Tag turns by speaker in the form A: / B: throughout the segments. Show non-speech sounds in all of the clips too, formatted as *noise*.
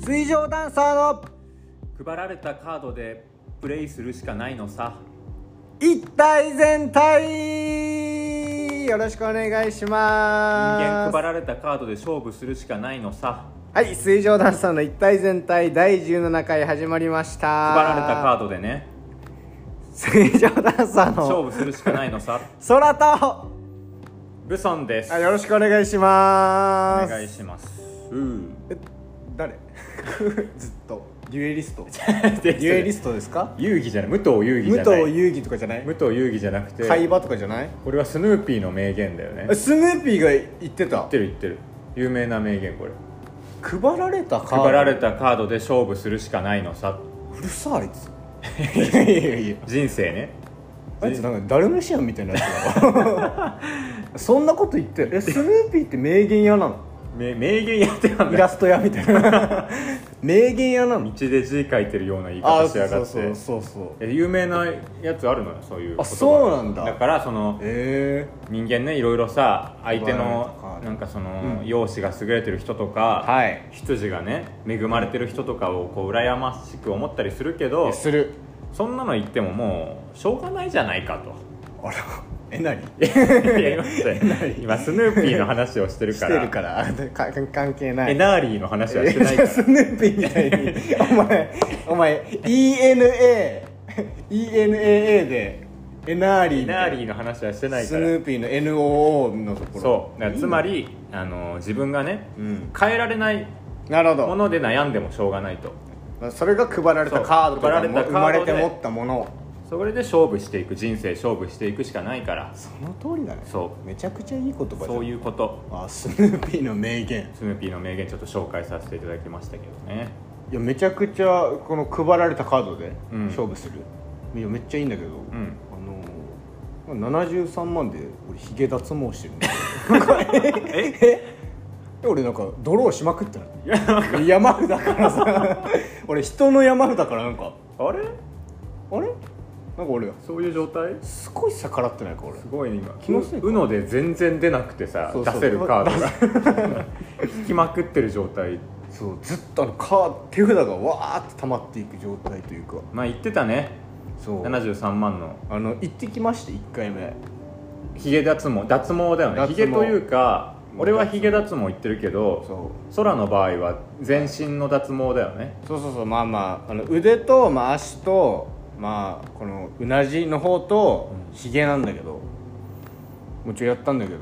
A: 水上ダンサーの
B: 配られたカードでプレイするしかないのさ
A: 一体全体よろしくお願いし
B: 人
A: ま
B: 間
A: す
B: 配られたカードで勝負するしかないのさ
A: はい水上ダンサーの一体全体第17回始まりました
B: 配られたカードでね
A: 水上ダンサー
B: 勝
A: の
B: 負するしかないのさ
A: 空と
B: ブソンです
A: あよろしくお願いしま
B: お
A: す
B: 願いしますうー
A: え誰 *laughs* ずっとデュエリスト
B: *laughs* デ
A: デュエリストですか
B: 遊戯じゃない武藤遊戯
A: 武
B: じゃない
A: 藤遊戯とかじゃない
B: 武藤遊戯じゃなくて
A: 海馬とかじゃない
B: これはスヌーピーの名言だよね
A: え
B: 言っ
A: スヌーピーが言ってた
B: てる言ってる有名な名言これ
A: 配られたカード
B: 配られたカードで勝負するしかないのさ
A: うるさあいつ *laughs* いやいやいや
B: 人生ね
A: あいつなんかダルメシアンみたいなやつだわ *laughs* そんなこと言ってえスヌーピーって名言屋なの
B: め名言やってたん
A: イ
B: だ
A: ラスト屋みたい *laughs* な名言屋なの
B: 道で字書いてるような言い
A: あ
B: 方
A: あ
B: し
A: そ
B: や
A: うそ
B: が
A: う
B: っ
A: そ
B: て
A: うそうそう
B: え有名なやつあるのよそういう言葉
A: あそうなんだ
B: だからその
A: え
B: 人間ねいろいろさ相手
A: 配られたカー
B: の
A: ド
B: なんかその、
A: うん
B: 容姿が優れてる人と
A: え
B: か、
A: はい
B: 羊がね恵まれてる人とかをこう羨ましく思ったりするけど
A: えする
B: そんなの言ってももうしょうがないじゃないかと
A: あらえ何
B: いや今今スヌーピーの話をしてる
A: し
B: か
A: て
B: ら
A: るからあでか関係ない
B: エナーリーの話はしてない
A: い *laughs* や
B: か
A: スヌーピーみたいに *laughs* お前お前 ENA ENAA でエナーリー
B: ら
A: みた
B: エナ
A: い
B: ーリーの話はしてない
A: ス
B: か
A: ヌ
B: ら
A: ーピーの NOO のところ
B: そうだからつまりあの自分がね
A: うん
B: 変えられない
A: なるほど
B: もので悩んでもしょうがないと
A: まあそれが配られたカードとか
B: そう配
A: も
B: ら
A: 生
B: れたカ
A: ま
B: ー
A: れ
B: ド
A: て
B: で
A: 持ったもの
B: それで勝負していく人生勝負していくしかないから
A: その通りだね
B: そう
A: めちゃくちゃいい言葉じゃん
B: そういうこと
A: あスヌーピーの名言
B: スヌーピーの名言ちょっと紹介させていただきましたけどね
A: いやめちゃくちゃこの配られたカードで
B: うん
A: 勝負する、いやめっちゃいいんだけど、
B: ん
A: あのーまあ73万で俺ヒゲ脱毛してるんだ
B: *laughs*
A: よえ俺なんかドローしまくったの山札からさ俺人の山札からなんか
B: あれ
A: あれなんか俺
B: そういう状態
A: すごい逆らってないか俺
B: すごいね今
A: 気のせいか
B: う UNO で全然出なくてさ
A: そうそう
B: 出せるカードが *laughs* 引きまくってる状態
A: そうずっとあのカー手札がわーって溜まっていく状態というか
B: まあ言ってたね
A: そう
B: 73万の
A: あの行ってきまして1回目
B: ヒゲ脱毛脱毛だよね
A: 脱毛
B: ヒゲというか俺はヒゲ脱毛言ってるけど
A: そう
B: 空の場合は全身の脱毛だよね
A: そうそうそうまあまああの腕と、まあ、足とまあこのうなじの方と
B: うん
A: ひげなんだけどもちろんやったんだけど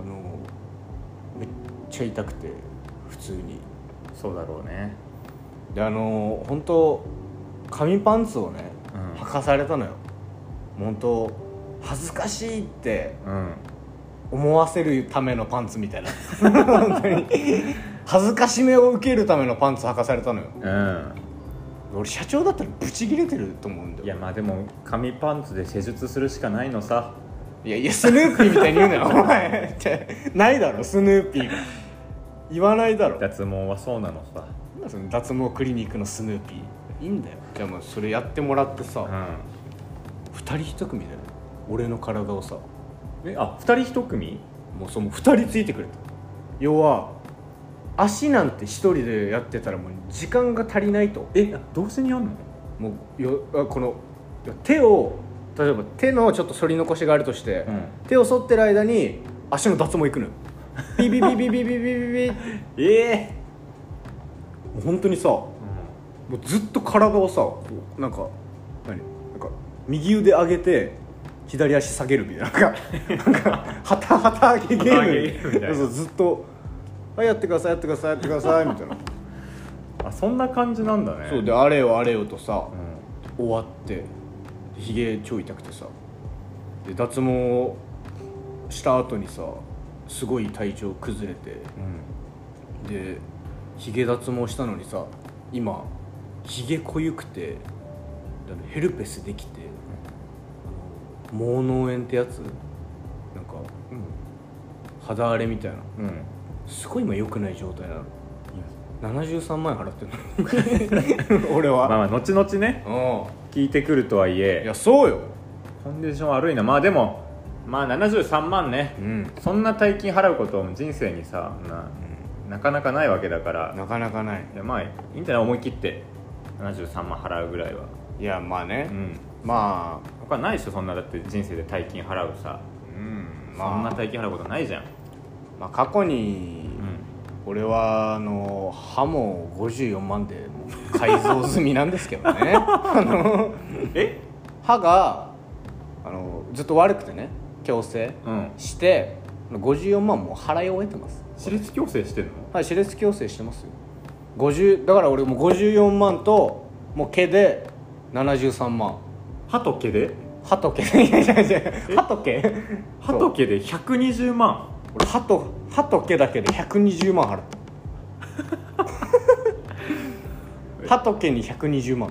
A: あのめっちゃ痛くて普通に
B: そうだろうね
A: であの本当紙パンツをね
B: うん
A: 履かされたのよ、もう本当恥ずかしいって
B: うん
A: 思わせるためのパンツみたいな本当に恥ずかしめを受けるためのパンツ履かされたのよ
B: うん
A: 俺社長だったらブチ切れてると思うんだよ
B: いやまあでも紙パンツで施術するしかないのさ
A: いやいやスヌーピーみたいに言うなよお前ってないだろスヌーピーが言わないだろ
B: 脱毛はそうなのさ
A: なんだその脱毛クリニックのスヌーピーいいんだよじゃあもうそれやってもらって
B: う
A: さ、
B: ん
A: 二人一組だよ俺の体をさ
B: えあ二人一組
A: もうその二人ついてくれた要は足なんて一人でやってたらもう時間が足りないと
B: えどうせにやんの
A: もうよあこの手を例えば手のちょっと反り残しがあるとして、
B: うん
A: 手を反ってる間に足の脱毛いくのよビビビビビビビビビビ
B: ええ
A: もう本当にさもうずっと体をさこうなんか何なんか右腕上げて左足下げるみたいななんかなんかはたはた上げゲ
B: 旗揚げゲームみ
A: ー
B: た
A: ム
B: いな
A: そうずっと「はいやってくださいやってくださいやってください」みたいな
B: あそんな感じなんだね
A: そうであれよあれよとさ、
B: うん
A: 終わってひげ超痛くてさで脱毛した後にさすごい体調崩れてでひげ脱毛したのにさ今ひげ濃ゆくてあのヘルペスできてあの毛脳炎ってやつなんか肌荒れみたいな
B: うんうん
A: すごい今良くない状態なの73万円払ってるの *laughs* 俺
B: まあ
A: は、
B: まあ後々ね聞いてくるとはい
A: うんい
B: え
A: やそうよ
B: コンディション悪いなまあでもまあ73万ね
A: うん
B: そんな大金払うことも人生にさそんななかなかないわけだから
A: なかなかない
B: いやまあいいんじゃない思い切って73万払うぐらいはい
A: やまあね、
B: うん
A: まあ
B: 他ないでしょそんなだって人生で大金払うさ
A: うん
B: そ
A: ま
B: んな
A: あ、
B: 大金払うことないじゃん
A: まあ、過去に、
B: うん
A: 俺はあの歯も54万でもう改造済みなんですけどね
B: *laughs*
A: あの
B: え
A: 歯があのずっと悪くてね矯正
B: うん
A: して54万もう払い終えてます
B: 私立矯正してんの
A: はい歯列矯正してますよ50だから俺もう54万ともう毛で73万
B: 歯と毛で
A: 歯と毛 *laughs* いやいやいや歯と毛
B: 歯と毛で120万
A: 俺歯と歯と毛だけで120万払った
B: *laughs*
A: 歯と毛に120万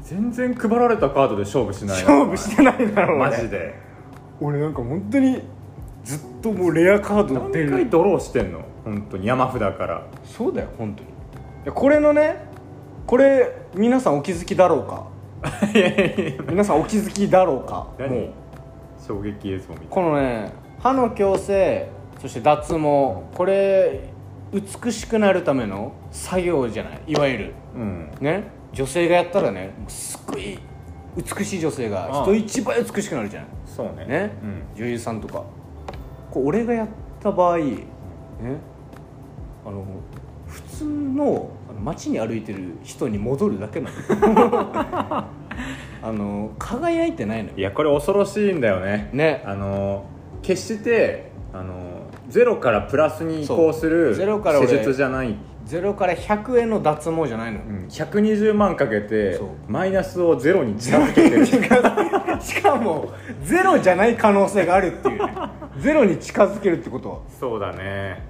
B: 全然配られたカードで勝負しないな
A: 勝負してないだろ
B: マ
A: 俺
B: ジで
A: 俺なんか本当にずっともうレアカード
B: 何
A: 出
B: 回
A: る
B: ドローしてんの本当に山札から
A: そうだよ本当にいやこれのねこれ皆さんお気づきだろうか
B: *laughs* いやいやいや
A: 皆さんお気づきだろうかも
B: 何
A: う
B: 衝撃映像みた
A: こ
B: い
A: のね歯の矯正そして脱毛これ美しくなるための作業じゃないいわゆる
B: なうん
A: ね女性がやったらねもうすっごい美しい女性が
B: ああ
A: 人一倍美しくなるじゃない
B: そうね
A: ね、女優さんとかこう俺がやった場合ねあの普通のあの街に歩いてる人に戻るだけな
B: *laughs*
A: のあの輝いてないの
B: うんい
A: よ
B: やこれ恐ろしいんだよね
A: ね
B: あの決してあのゼロからプラスに移行する
A: そうゼロから俺
B: 施術じゃない、
A: ゼロから100円の脱毛じゃないのよ
B: う、ん、120万かけて
A: そう
B: マイナスをゼロに近づけて
A: *laughs*
B: る
A: しかもゼロじゃない可能性があるっていうねゼロに近づけるってことは
B: *laughs* そうだね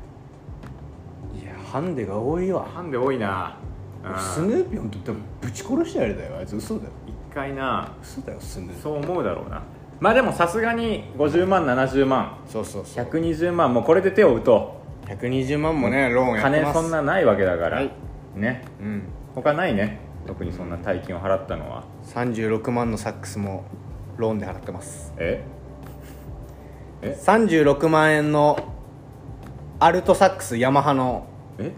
A: いやハンデが多いわ
B: ハンデ多いなうん
A: スヌーピー本当多分ぶち殺してやりだよあいつ嘘だよ
B: 一回な
A: 嘘だよスヌーピー
B: そう思うだろうなまあでもさすがに50万70万
A: そうそうそう
B: 120万もうこれで手を打と
A: 120万もねロー
B: う
A: ンやってま
B: 金
A: す
B: そんなないわけだから、
A: はい
B: ね
A: うん
B: 他ないね特にそんな大金を払ったのは
A: 36万のサックスもローンで払ってます
B: ええ
A: 36万円のアルトサックスヤマハの
B: え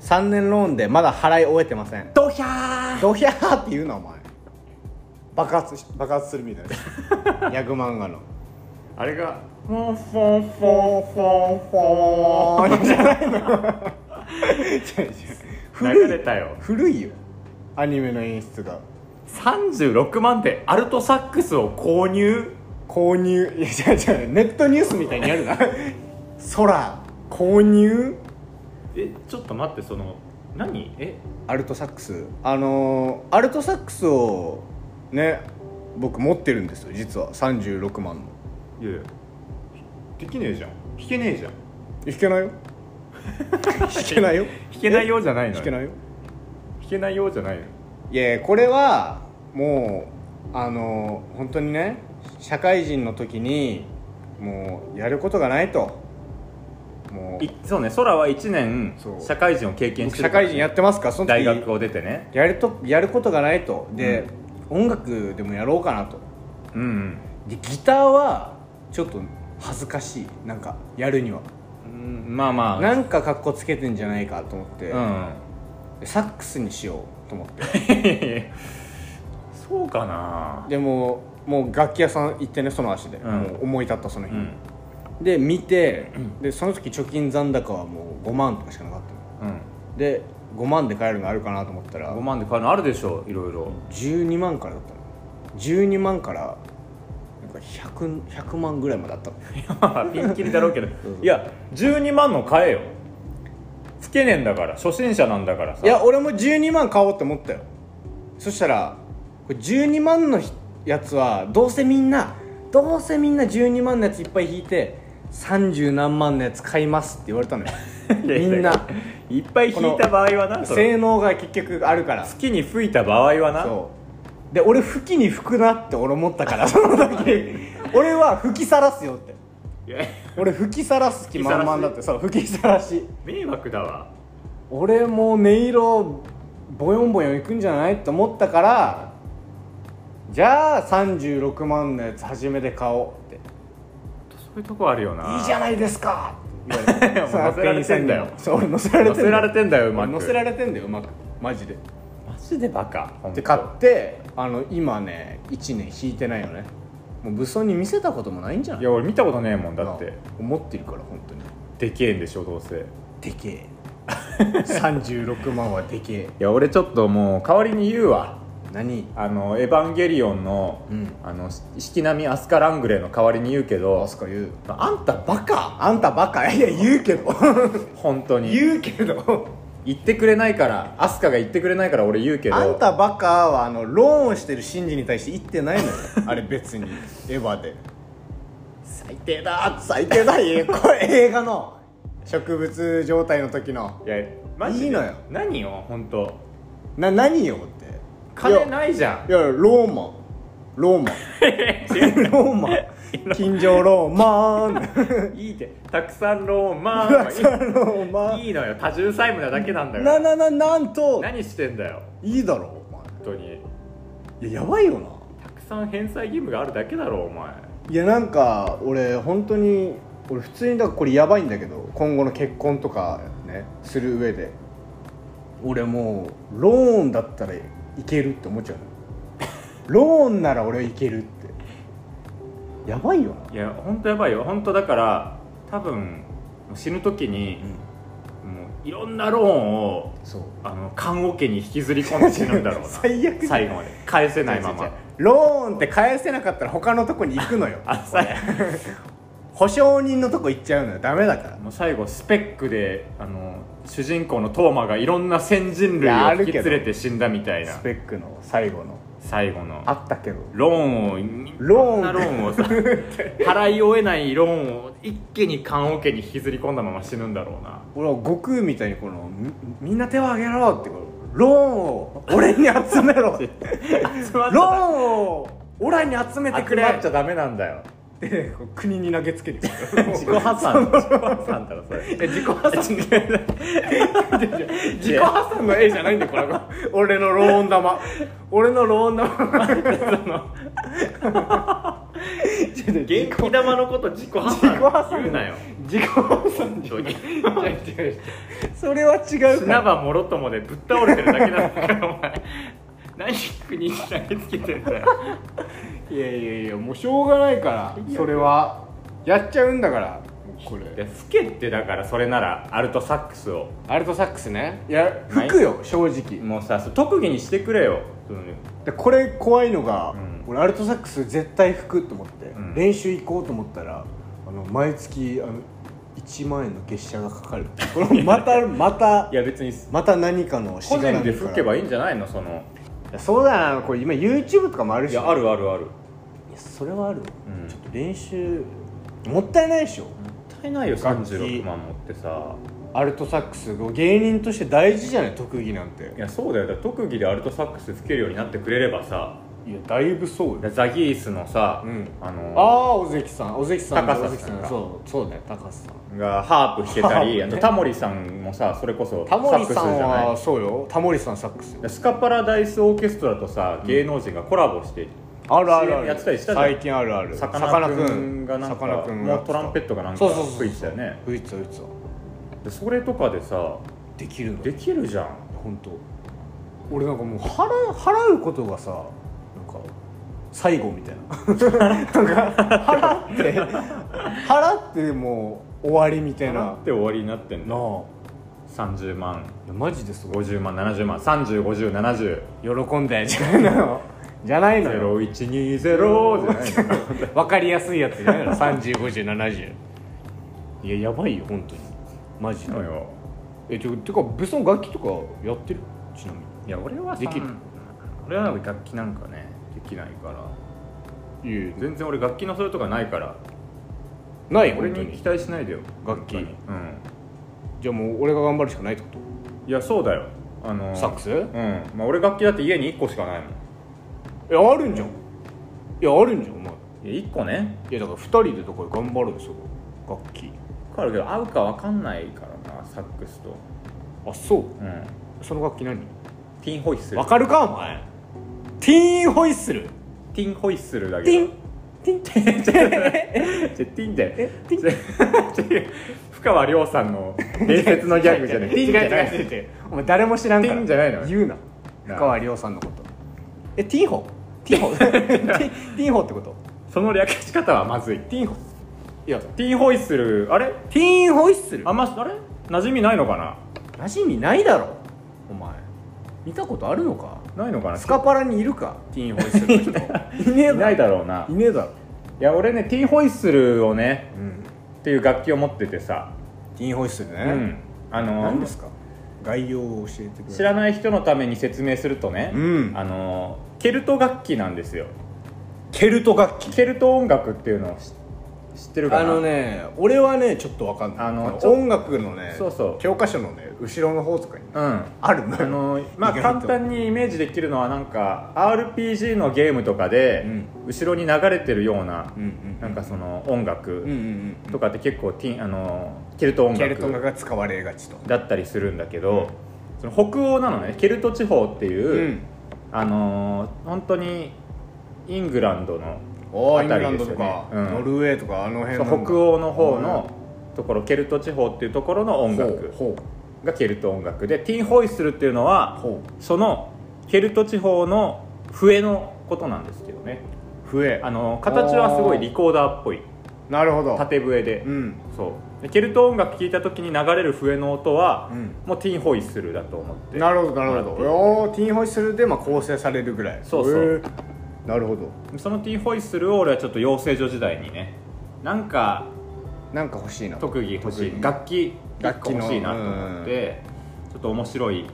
A: 3年ローンでまだ払い終えてません
B: ドヒャー
A: ドヒャーって言うなお前爆発し爆発するみたい *laughs* なギャグ漫画の
B: あれがフォンフォンフォンフォンフォ
A: あれじゃないの違う違う
B: ン *laughs* 流れたよ
A: 古いよアニメの演出が
B: 36万でアルトサックスを購入
A: 購入いや違う違うネットニュースみたいにやるな空購入
B: えちょっと待ってその何え
A: アルトサックスあのーアルトサックスをね僕持ってるんですよ実は36万の
B: いやいやできねえじゃん弾けねえじゃん
A: え弾け
B: *laughs*
A: ないよ弾けないよ
B: 弾けないようじゃないの
A: 弾けないよ
B: 弾けないようじゃないの
A: いやこれはもうあのー本当にね社会人の時にもうやることがないとも
B: いそうね空は1年
A: そう
B: 社会人を経
A: う
B: 験し
A: 僕
B: て
A: 社
B: るから
A: 会人やってますからその時
B: 大学を出てね
A: やるとやることがないとで、音楽でもやろうかなと
B: うんうん
A: でギターはちょっと恥ずかしいなんかやるには
B: うんまあまあ
A: なんか格好つけてんじゃないかと思って、
B: う
A: サックスにしようと思って
B: んそうかな
A: でもうもう楽器屋さん行ってねその足で、
B: うん
A: もう思い立ったその
B: う
A: 日、
B: ん
A: で見て、でその時貯金残高はもう5万とかしかなかったの
B: うん
A: で5万で買えるのあるかなと思ったら
B: 5万で買うのあるでしょいろい *laughs* ろ
A: 12万からだったの12万からなんか 100, 100万ぐらいまであったの
B: いやピンキリだろうけど
A: そう
B: いや12万の買えよつけねえんだから初心者なんだからさ
A: いや俺も12万買おうって思ったよそしたらこれ12万のひやつはどうせみんなどうせみんな12万のやついっぱい引いて30何万のやつ買いますって言われたのよ
B: *laughs* いやい
A: み
B: や
A: んない
B: っぱい引いた場合はなそ
A: 性
B: の
A: 能が結局あるから
B: 月に吹いた場合はな
A: そうで俺吹きに吹くなって俺思ったからその時俺は吹きさらすよって
B: いや
A: 俺吹きさらす気満々だってそう吹きさらし
B: 迷惑だわ
A: 俺もう音色ボヨンボヨンいくんじゃないと思ったからじゃあ36万のやつ初めて買おうって
B: そういうとこあるよない
A: いじゃないですかって言われて
B: *laughs* もう乗せられてんだよ
A: そう俺乗せられてんだよ
B: 乗せられてんだようまく
A: 俺乗せられてんだようまくマジで
B: マジでバカ
A: で買ってあの今ね1年引いてないよねもう武装に見せたこともないんじゃない
B: いや俺見たことねえもんだって
A: 思ってるから本当に
B: でけえんでしょどうせい
A: でけえ
B: *laughs*
A: 36万はでけえ
B: や俺ちょっともう代わりに言うわ
A: 何
B: あの「エヴァンゲリオンの」
A: うん
B: あのし四季並みアスカ・ラングレーの代わりに言うけど
A: あすか言う
B: あんたバカ
A: あんたバカいや言うけ
B: *laughs*
A: ど
B: 本当に
A: 言うけど
B: 言ってくれないからアスカが言ってくれないから俺言うけど
A: *laughs* あんたバカはあのローンしてるシンジに対して言って
B: *laughs*
A: ないのよあれ別にエヴァで
B: 最低だ
A: 最低だよこれ映画の植物状態の時の
B: いやマジで
A: いいのよ
B: 何よ本当
A: な何よって
B: 金ないじゃ
A: *laughs*
B: ん
A: いやローマロー
B: *laughs*
A: マローマ近所ローマン
B: いいってたくさんローマ
A: ローマ
B: ンいいのよ多重債務なだけなんだ
A: な
B: よ
A: なななんと
B: 何してんだよ
A: いいだろお前
B: 本当に
A: いややばいよな
B: たくさん返済義務があるだけだろお前
A: いやなんか俺本当に俺普通にだからこれやばいんだけど今後の結婚とかねする上で俺もうローンだったらいけるって思っちゃうのローンなら俺はいけるってやばいよな、
B: いや本当やばいよ本当だから多分もう死ぬ時に、もういろんなローンを
A: そう
B: あの看護家に引きずり込んで死ぬんだろう
A: *laughs*
B: な
A: 最悪じゃん
B: 最後まで返せないま
A: 違う違う
B: ま
A: 違うローンって返せなかったら他のとこに行く *laughs* のよ
B: あ最
A: 保証人のとこ行っちゃうのよダメだから
B: もう最後スペックであの主人公のトーマがいろんな先人類を引き連れて死んだみたいな
A: スペックの最後の
B: 最後の
A: あったけど
B: ローンを
A: ローン
B: いろんなローンをさ払い終えないローンを一気に棺桶に引きずり込んだまま死ぬんだろうな
A: 俺は悟空みたいにこのみみんな手を挙げろってこうローンを俺に集め
B: *laughs*
A: ろローンをオラに集めてくれ
B: 集まっちゃダメなんだよ
A: ってこう国に投げつける
B: 自己破産自己破産だろそれ
A: え自己破産自己破産の絵じゃないんだよ
B: *laughs*
A: これは俺のローン玉俺のローン玉その
B: 元気玉のこと自己破産
A: 自己破産
B: 言うなよ
A: 自己破産じゃ
B: 本
A: ない
B: 当に
A: それは違うから
B: 砂場もろともでぶっ倒れてるだけなんだからお前何国に投げつけてんだよ
A: いやいやいやもうしょうがないからそれはやっちゃうんだからこ
B: いや
A: れ
B: 吹けってだからそれならアルトサックスを
A: アルトサックスねいや
B: ない
A: 吹くよ正直
B: もうさ特技にしてくれよその
A: でこれ怖いのが、
B: うん
A: 俺アルトサックス絶対吹くと思って、
B: うん
A: 練習行こうと思ったらあの毎月あの1万円の月謝がかかるこれまたまた
B: *laughs* いや別に
A: また何かの
B: 個人で吹けば
A: い
B: いいんじゃないのその
A: やそうだなこれ今 YouTube とかもある
B: い
A: し
B: やあるあるあるも
A: いやそれはある、
B: うん
A: ちょっと練習もったいないでしょ、
B: ったいないよ
A: 楽器
B: 36万持ってさ
A: アルトサックス芸人として大事じゃない特技なんて
B: いやそうだよだから特技でアルトサックス吹けるようになってくれればさ
A: いやだいぶそう
B: だからザギースのさ、
A: うん
B: あ
A: あ
B: の
A: あ尾関さん尾関さん
B: 高瀬
A: 尾関
B: さんが
A: そうそうだよ高瀬さん
B: がハープ弾けたり、
A: ハープね
B: あとタモリさんもさそれこそ
A: タモリさ
B: サックス
A: ん
B: じゃない
A: はそうよタモリさんサックス
B: スカパラダイスオーケストラとさ芸能人がコラボして、
A: あるあるあ
B: CM
A: る
B: やってたりしたじゃん
A: 最近あるある
B: さかなクンがなん
A: さ
B: か
A: かなクン
B: もうトランペットがなんか
A: そうそうそう
B: 吹いてたよね
A: ウイッツウイッツ
B: でそれとかでさ
A: できるの
B: できるじゃん
A: 本当俺なんかもう払う払うことがさなんか最後みたい
B: *laughs*
A: ななんか払って払ってもう終わりみたい
B: な
A: な
B: って終わりになってん
A: な
B: の
A: あ
B: 30万
A: いやマジですごい
B: 50万70万305070
A: 喜んでじゃないのよじゃないのよ
B: 0120じゃないの
A: 分かりやすいやつじゃないの305070いややばいよ本当にマジで
B: のよ
A: えちょてか武装楽器とかやってるちなみ
B: いや俺はさ
A: できる
B: 俺は楽器なんかねできないから
A: にいや
B: 全然俺楽器のそれとかないから
A: ない
B: 俺
A: 本当
B: に
A: に
B: 期待しないでよ
A: 楽器
B: 本当にうん
A: じゃあもう俺が頑張るしかないってこ
B: いやそうだよあの
A: とサックス
B: うんまあ俺楽器だって家に1個しかないもん
A: いやあるんじゃんいやあるんじゃんお前い
B: いや1個ね
A: やだから2人でだから頑張るでしょ楽器
B: わかるけど合うか分かんないからなサックスと
A: あそう
B: うん
A: その楽器何
B: ティンホイッスル
A: わかるかお前ティーンホイッスル
B: ティンホイッスルだけど
A: ティンティン
B: じゃティンで
A: えティン
B: *laughs* 違う違う深川亮さんの伝説のギャグじゃない
A: *laughs* 違う違う違う違うお前誰も知らんから
B: ティンじゃないの
A: 言うな
B: なあ
A: 深川亮さんのことえティンホティンホティ *laughs* ティンホってこと
B: その略し方はまずい
A: ティンホいや
B: ティーンホイッスルあれ
A: ティンホイッスル
B: あんまあれ馴染みないのかな
A: 馴染みないだろお前見たことあるのか
B: ないのかな
A: スカパラにいるかティーンホイッスルの人 *laughs* いねえだ
B: い
A: ろ
B: ないだろうない
A: ねえだろ、
B: いや俺ねティーンホイッスルをね
A: うん、
B: っていう楽器を持っててさ、
A: ティーンホイッスルね、
B: うん、あの
A: 何ですか概要を教えてくれ
B: 知らない人のために説明するとね、
A: うん
B: あのケルト楽器なんですよ
A: ケルト楽器
B: ケルト音楽っていうのを知知ってるか
A: あ
B: な
A: のね俺はねちょっとわかんない
B: あの
A: こ音楽のね
B: そうそう
A: 教科書のね後ろの方とかに
B: うんあ
A: あるのよ *laughs*
B: のまあ
A: 意外
B: 簡
A: と
B: 単にイメージできるのはなんか RPG のゲームとかで、
A: うん
B: 後ろに流れてるような、
A: うんうん
B: なんかその音
A: うんう
B: 楽
A: んうん
B: とかって結構ティーンあのケルト音
A: ケルト楽
B: 楽
A: が使われがちと
B: だったりするんだけど、その北欧なのねケルト地方っていうう、あのー本当にイングランドの
A: おーイン
B: あた
A: グ
B: り
A: ラン
B: で
A: ド
B: す
A: と
B: よね
A: か
B: うん
A: ノルウェーとかあの辺
B: そ
A: の
B: う北欧の方のところケルト地方っていうところの音楽
A: ほう
B: がケルト音楽でティーンホイッスルっていうのは
A: ほ
B: そのケルト地方の笛のことなんですけどね
A: う笛
B: あの形はすごいリコーダーっぽい
A: なるほど
B: 縦笛で
A: うん
B: そうでケルト音楽聴いた時に流れる笛の音は
A: うん
B: もうティーンホイッスルだと思って
A: なるほどなるほ
B: もらって
A: どおおーティーンホイッスルでまあ構成されるぐらい
B: そうそう
A: へーなるほど
B: そのティーンホイッスルを俺はちょっと養成所時代にねなんか
A: なんか欲しいな
B: 特技欲し
A: 特
B: い
A: 技
B: 楽器
A: 楽
B: 楽
A: 器
B: 器
A: の
B: 欲しいなと思ってちょっと面白い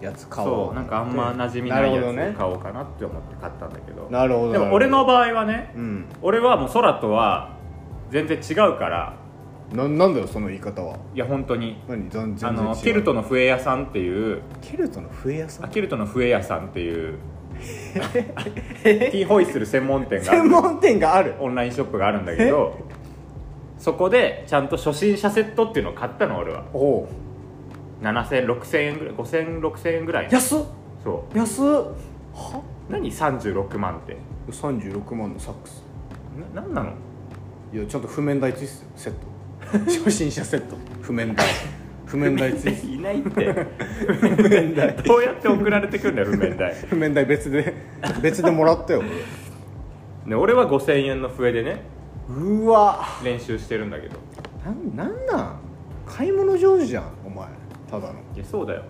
A: やつ買お
B: そうなんかあんま馴染みないやつ
A: なる
B: を
A: ほ
B: 買おうかなって思って買ったんだけど
A: どねなるほど
B: でも俺の場合はね
A: うん
B: 俺はもう空とは全然違うから
A: ななんだよその言い方はい
B: や本当に
A: 何全然
B: あ
A: 違う
B: のケルトの笛屋さんっていう
A: ケルトの笛屋さ
B: あ
A: ん
B: ケルトの笛屋さんっていうティーホイッスル専門店がある
A: *laughs* 専門店がある
B: オンラインショップがあるんだけどそこでちゃんと初心者セットっていうのを買ったの俺は
A: おお
B: 70006000円ぐらい50006000円ぐらい
A: 安っ
B: そ
A: 安っは
B: う何36万って
A: 36万のサックス
B: ななんなの
A: いやちゃんと譜面台ついてたよセッ *laughs* ト初心者セット譜面 *laughs* 台譜面台ついて
B: いない *laughs* って
A: た譜面 *laughs* 台
B: こうやって送られてくるんだよ譜面台
A: 譜面台別で別でもらったよ
B: で俺は5000円の笛でね
A: 俺うわ
B: 練習してるんだけど
A: なんなんなん買い物上手じゃんお前ただの
B: いやそうだよ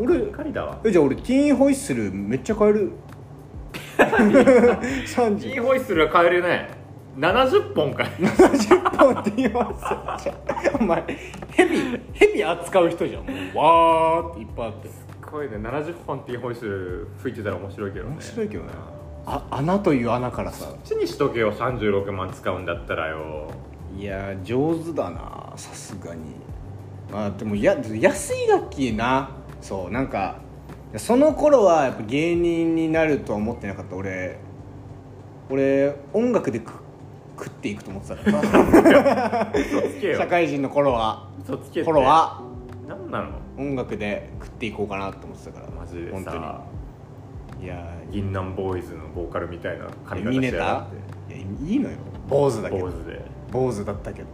A: 俺
B: 狩りだわ
A: えじゃあ俺ティーンホイッスルめっちゃ買え *laughs* る
B: テ
A: 30
B: ィーホイッスルは買えるね70本かい
A: 10本ティーンホイッスルじゃんお前ヘビヘビ扱う人じゃんもうわーっていっぱいあって
B: こういうね70本ティーホイッスル吹いてたら面白いけどね
A: 面白いけどねあ穴という穴からさ
B: こっちにしとけよ36万使うんだったらよ
A: いやー上手だなさすがにまあでもや安い楽器なそうなんかその頃はやっぱ芸人になるとは思ってなかった俺俺音楽でく食っていくと思ってたから
B: 嘘つけよ
A: *laughs* 社会人の頃は
B: 嘘つけって
A: 頃は
B: 何なの
A: 音楽で食っていこうかなと思ってたから
B: マジで
A: 本当
B: さ
A: にいや
B: 銀南ボーイズのボーカルみたいな髪型
A: 見
B: し
A: ね
B: て
A: たい
B: や
A: やいいのよ坊主だ
B: がって
A: けど
B: 坊主で
A: 坊主だったけど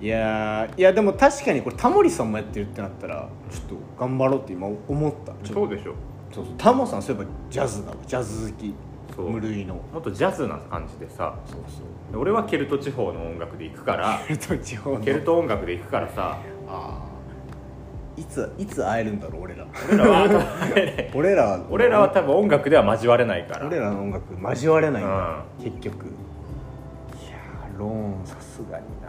A: いやーいやでも確かにこれタモリさんもやってるってなったらちょっと頑張ろうって今思ったちょ
B: そうでしょ
A: そうそうタモさんそういえばジャズだわジャズ好き
B: そう
A: 無類の
B: もっとジャズな感じでさ
A: そうそう
B: で俺はケルト地方の音楽で行
A: *laughs*
B: くから
A: ケルト地方の
B: ケルト音楽で行くからさ
A: あーいついつ会えるんだろう俺ら *laughs*
B: 俺らは
A: 俺らは
B: *laughs* 俺らは多分音楽では交われないから
A: 俺らの音楽交われないんだ、結局いやーローンさすがにな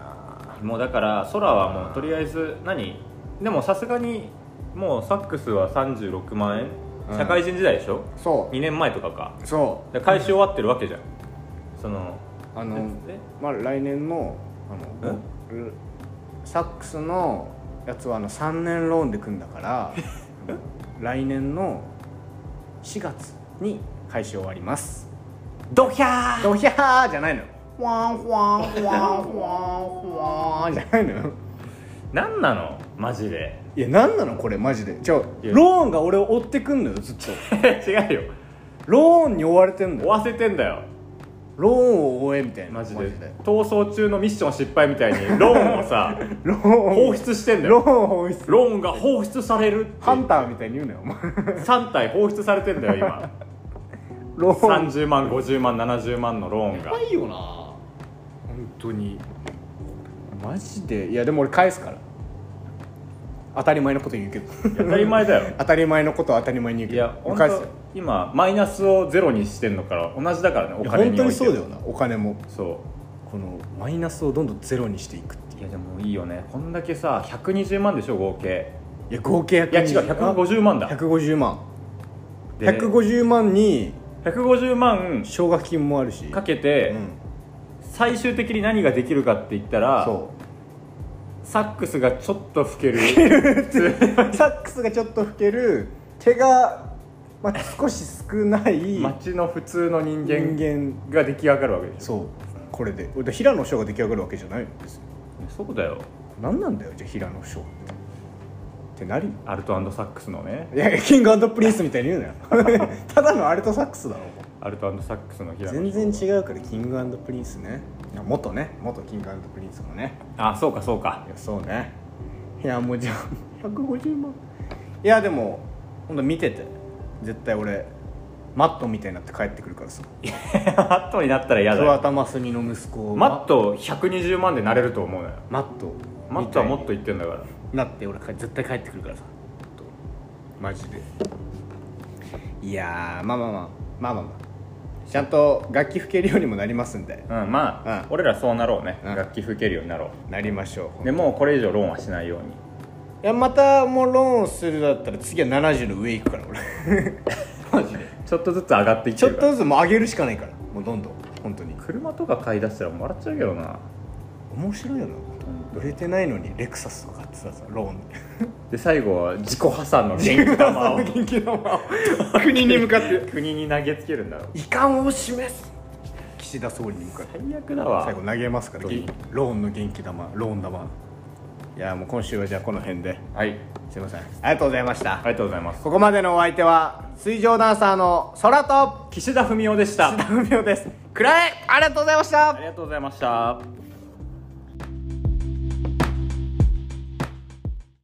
B: もうだから空はもうとりあえず何でもさすがにもうサックスは36万円、
A: うん
B: 社会人時代でしょ
A: そ
B: 2年前とかか
A: うそ
B: で回収終わってるわけじゃんその
A: うあの
B: え
A: まあ来年のあのうサックスのやつはあの3年ローンで組んだ
B: *laughs*
A: から来年の4月に開始終わり
B: *laughs*
A: ます
B: ドヒャー
A: ドヒャーじゃないのよワンワンワンワンワンじゃないのよ
B: 何なのマジで *laughs*
A: いや何なのこれマジでちょ
B: いや
A: ローンが俺を追ってくんのよずっと
B: 違うよ
A: ローンに追われてんのよ
B: 追わせてんだよ
A: ローンを追えみたいな
B: マジで逃走中のミッション失敗みたいにローンをさ
A: *laughs* ローン
B: 放出してんだ
A: ロ
B: よ
A: ーン放出
B: ローンが放出されるって
A: ハンターみたいに言うなよお前
B: 3体放出されてんだよ今
A: ローン
B: 30万50万70万のローンが
C: いよな
A: 本当にマジでいやでも俺返すから当たり前のこと言うけど
B: 当たり前だよ
A: 当たり前のことは当たり前に言う
B: い
A: けど
B: や本
A: 返すよ
B: 当今マイナスをゼロにしてんのから同じだからねお
A: いや
B: 金
A: 本
B: に
A: 当
B: おい
A: に
B: て
A: そうだよなお金も
B: そ
A: このマイナスをどんどんゼロにしていくっていう
B: ういやでもいいよねこんだけさ120万でしょ合計
A: いや合計120
B: いや違う150万だ
A: 150万
B: で
A: 150万に
B: 150万
A: 奨学金もあるし
B: かけて、
A: うん
B: 最終的に何ができるかって言ったら
A: そ
B: サックスがちょっと吹ける
A: うサックスがちょっと老ける毛が、まあ、少し少ない人
B: 街の普通の人間
A: 間
B: が出来上がるわけでしょ
A: そうこれでで平野翔が出来上がるわけじゃないんですよ
B: そうだよ
A: 何なんだよじゃあ平野翔ってってなり
B: アルトサックスのね
A: いやキングプリンスみたいに言うなよ *laughs* ただのアルトサックスだろ
B: アルトサックスの平野
A: 全然違うからキングプリンスねいや元ね元キングプリンスのね
B: あそうかそうか
A: いやそうねいやもうじゃあ150万いやでもほんと見てて絶対俺マットみたいになって帰ってくるからさ
B: マットになったら嫌だ
A: 桑
B: よ
A: 田真澄の息子
B: マット120万でなれると思うのよ
A: マット
B: マットはもっと言ってんだから
A: なって俺絶対帰ってくるからさマジでいやーまあまあまあまあまあまあちゃんと楽器吹けるようにもなりますんで
B: うんまあ、
A: うん
B: 俺らそうなろうね、
A: うん
B: 楽器吹けるようになろ
A: なりましょ
B: う
A: う
B: でもうこれ以上ローンはしないように
A: いやまたもうローンをするだったら次は70の上行くから俺 *laughs*
B: マジでちょっとずつ上がっていっ
A: ち
B: て
A: ょっ
B: るから
A: とずつもう上げるしかないからもうどんどん本当に
B: 車とか買い出したらもらっちゃうけどな
A: 面白いよな売れてないのにレクサスとか買ってたさローンで
B: で最後は自己破産の元
A: *laughs*
B: 気玉を
A: 国に向かって
B: *laughs* 国に投げつけるんだろう
A: 遺憾を示す岸田総理に向かって
B: 最悪だわ
A: 最後投げますから
B: どういう
A: ローンの元気玉ローン玉いやもう今週はじゃあこの辺で
B: はいあり
A: すいませんありがとうございました、
B: がとうございます
A: ここまでのお相手は水上ダンサーの空と
B: 岸田文雄でした
A: 田文雄です暗いありがとうございました
B: ありがとうございました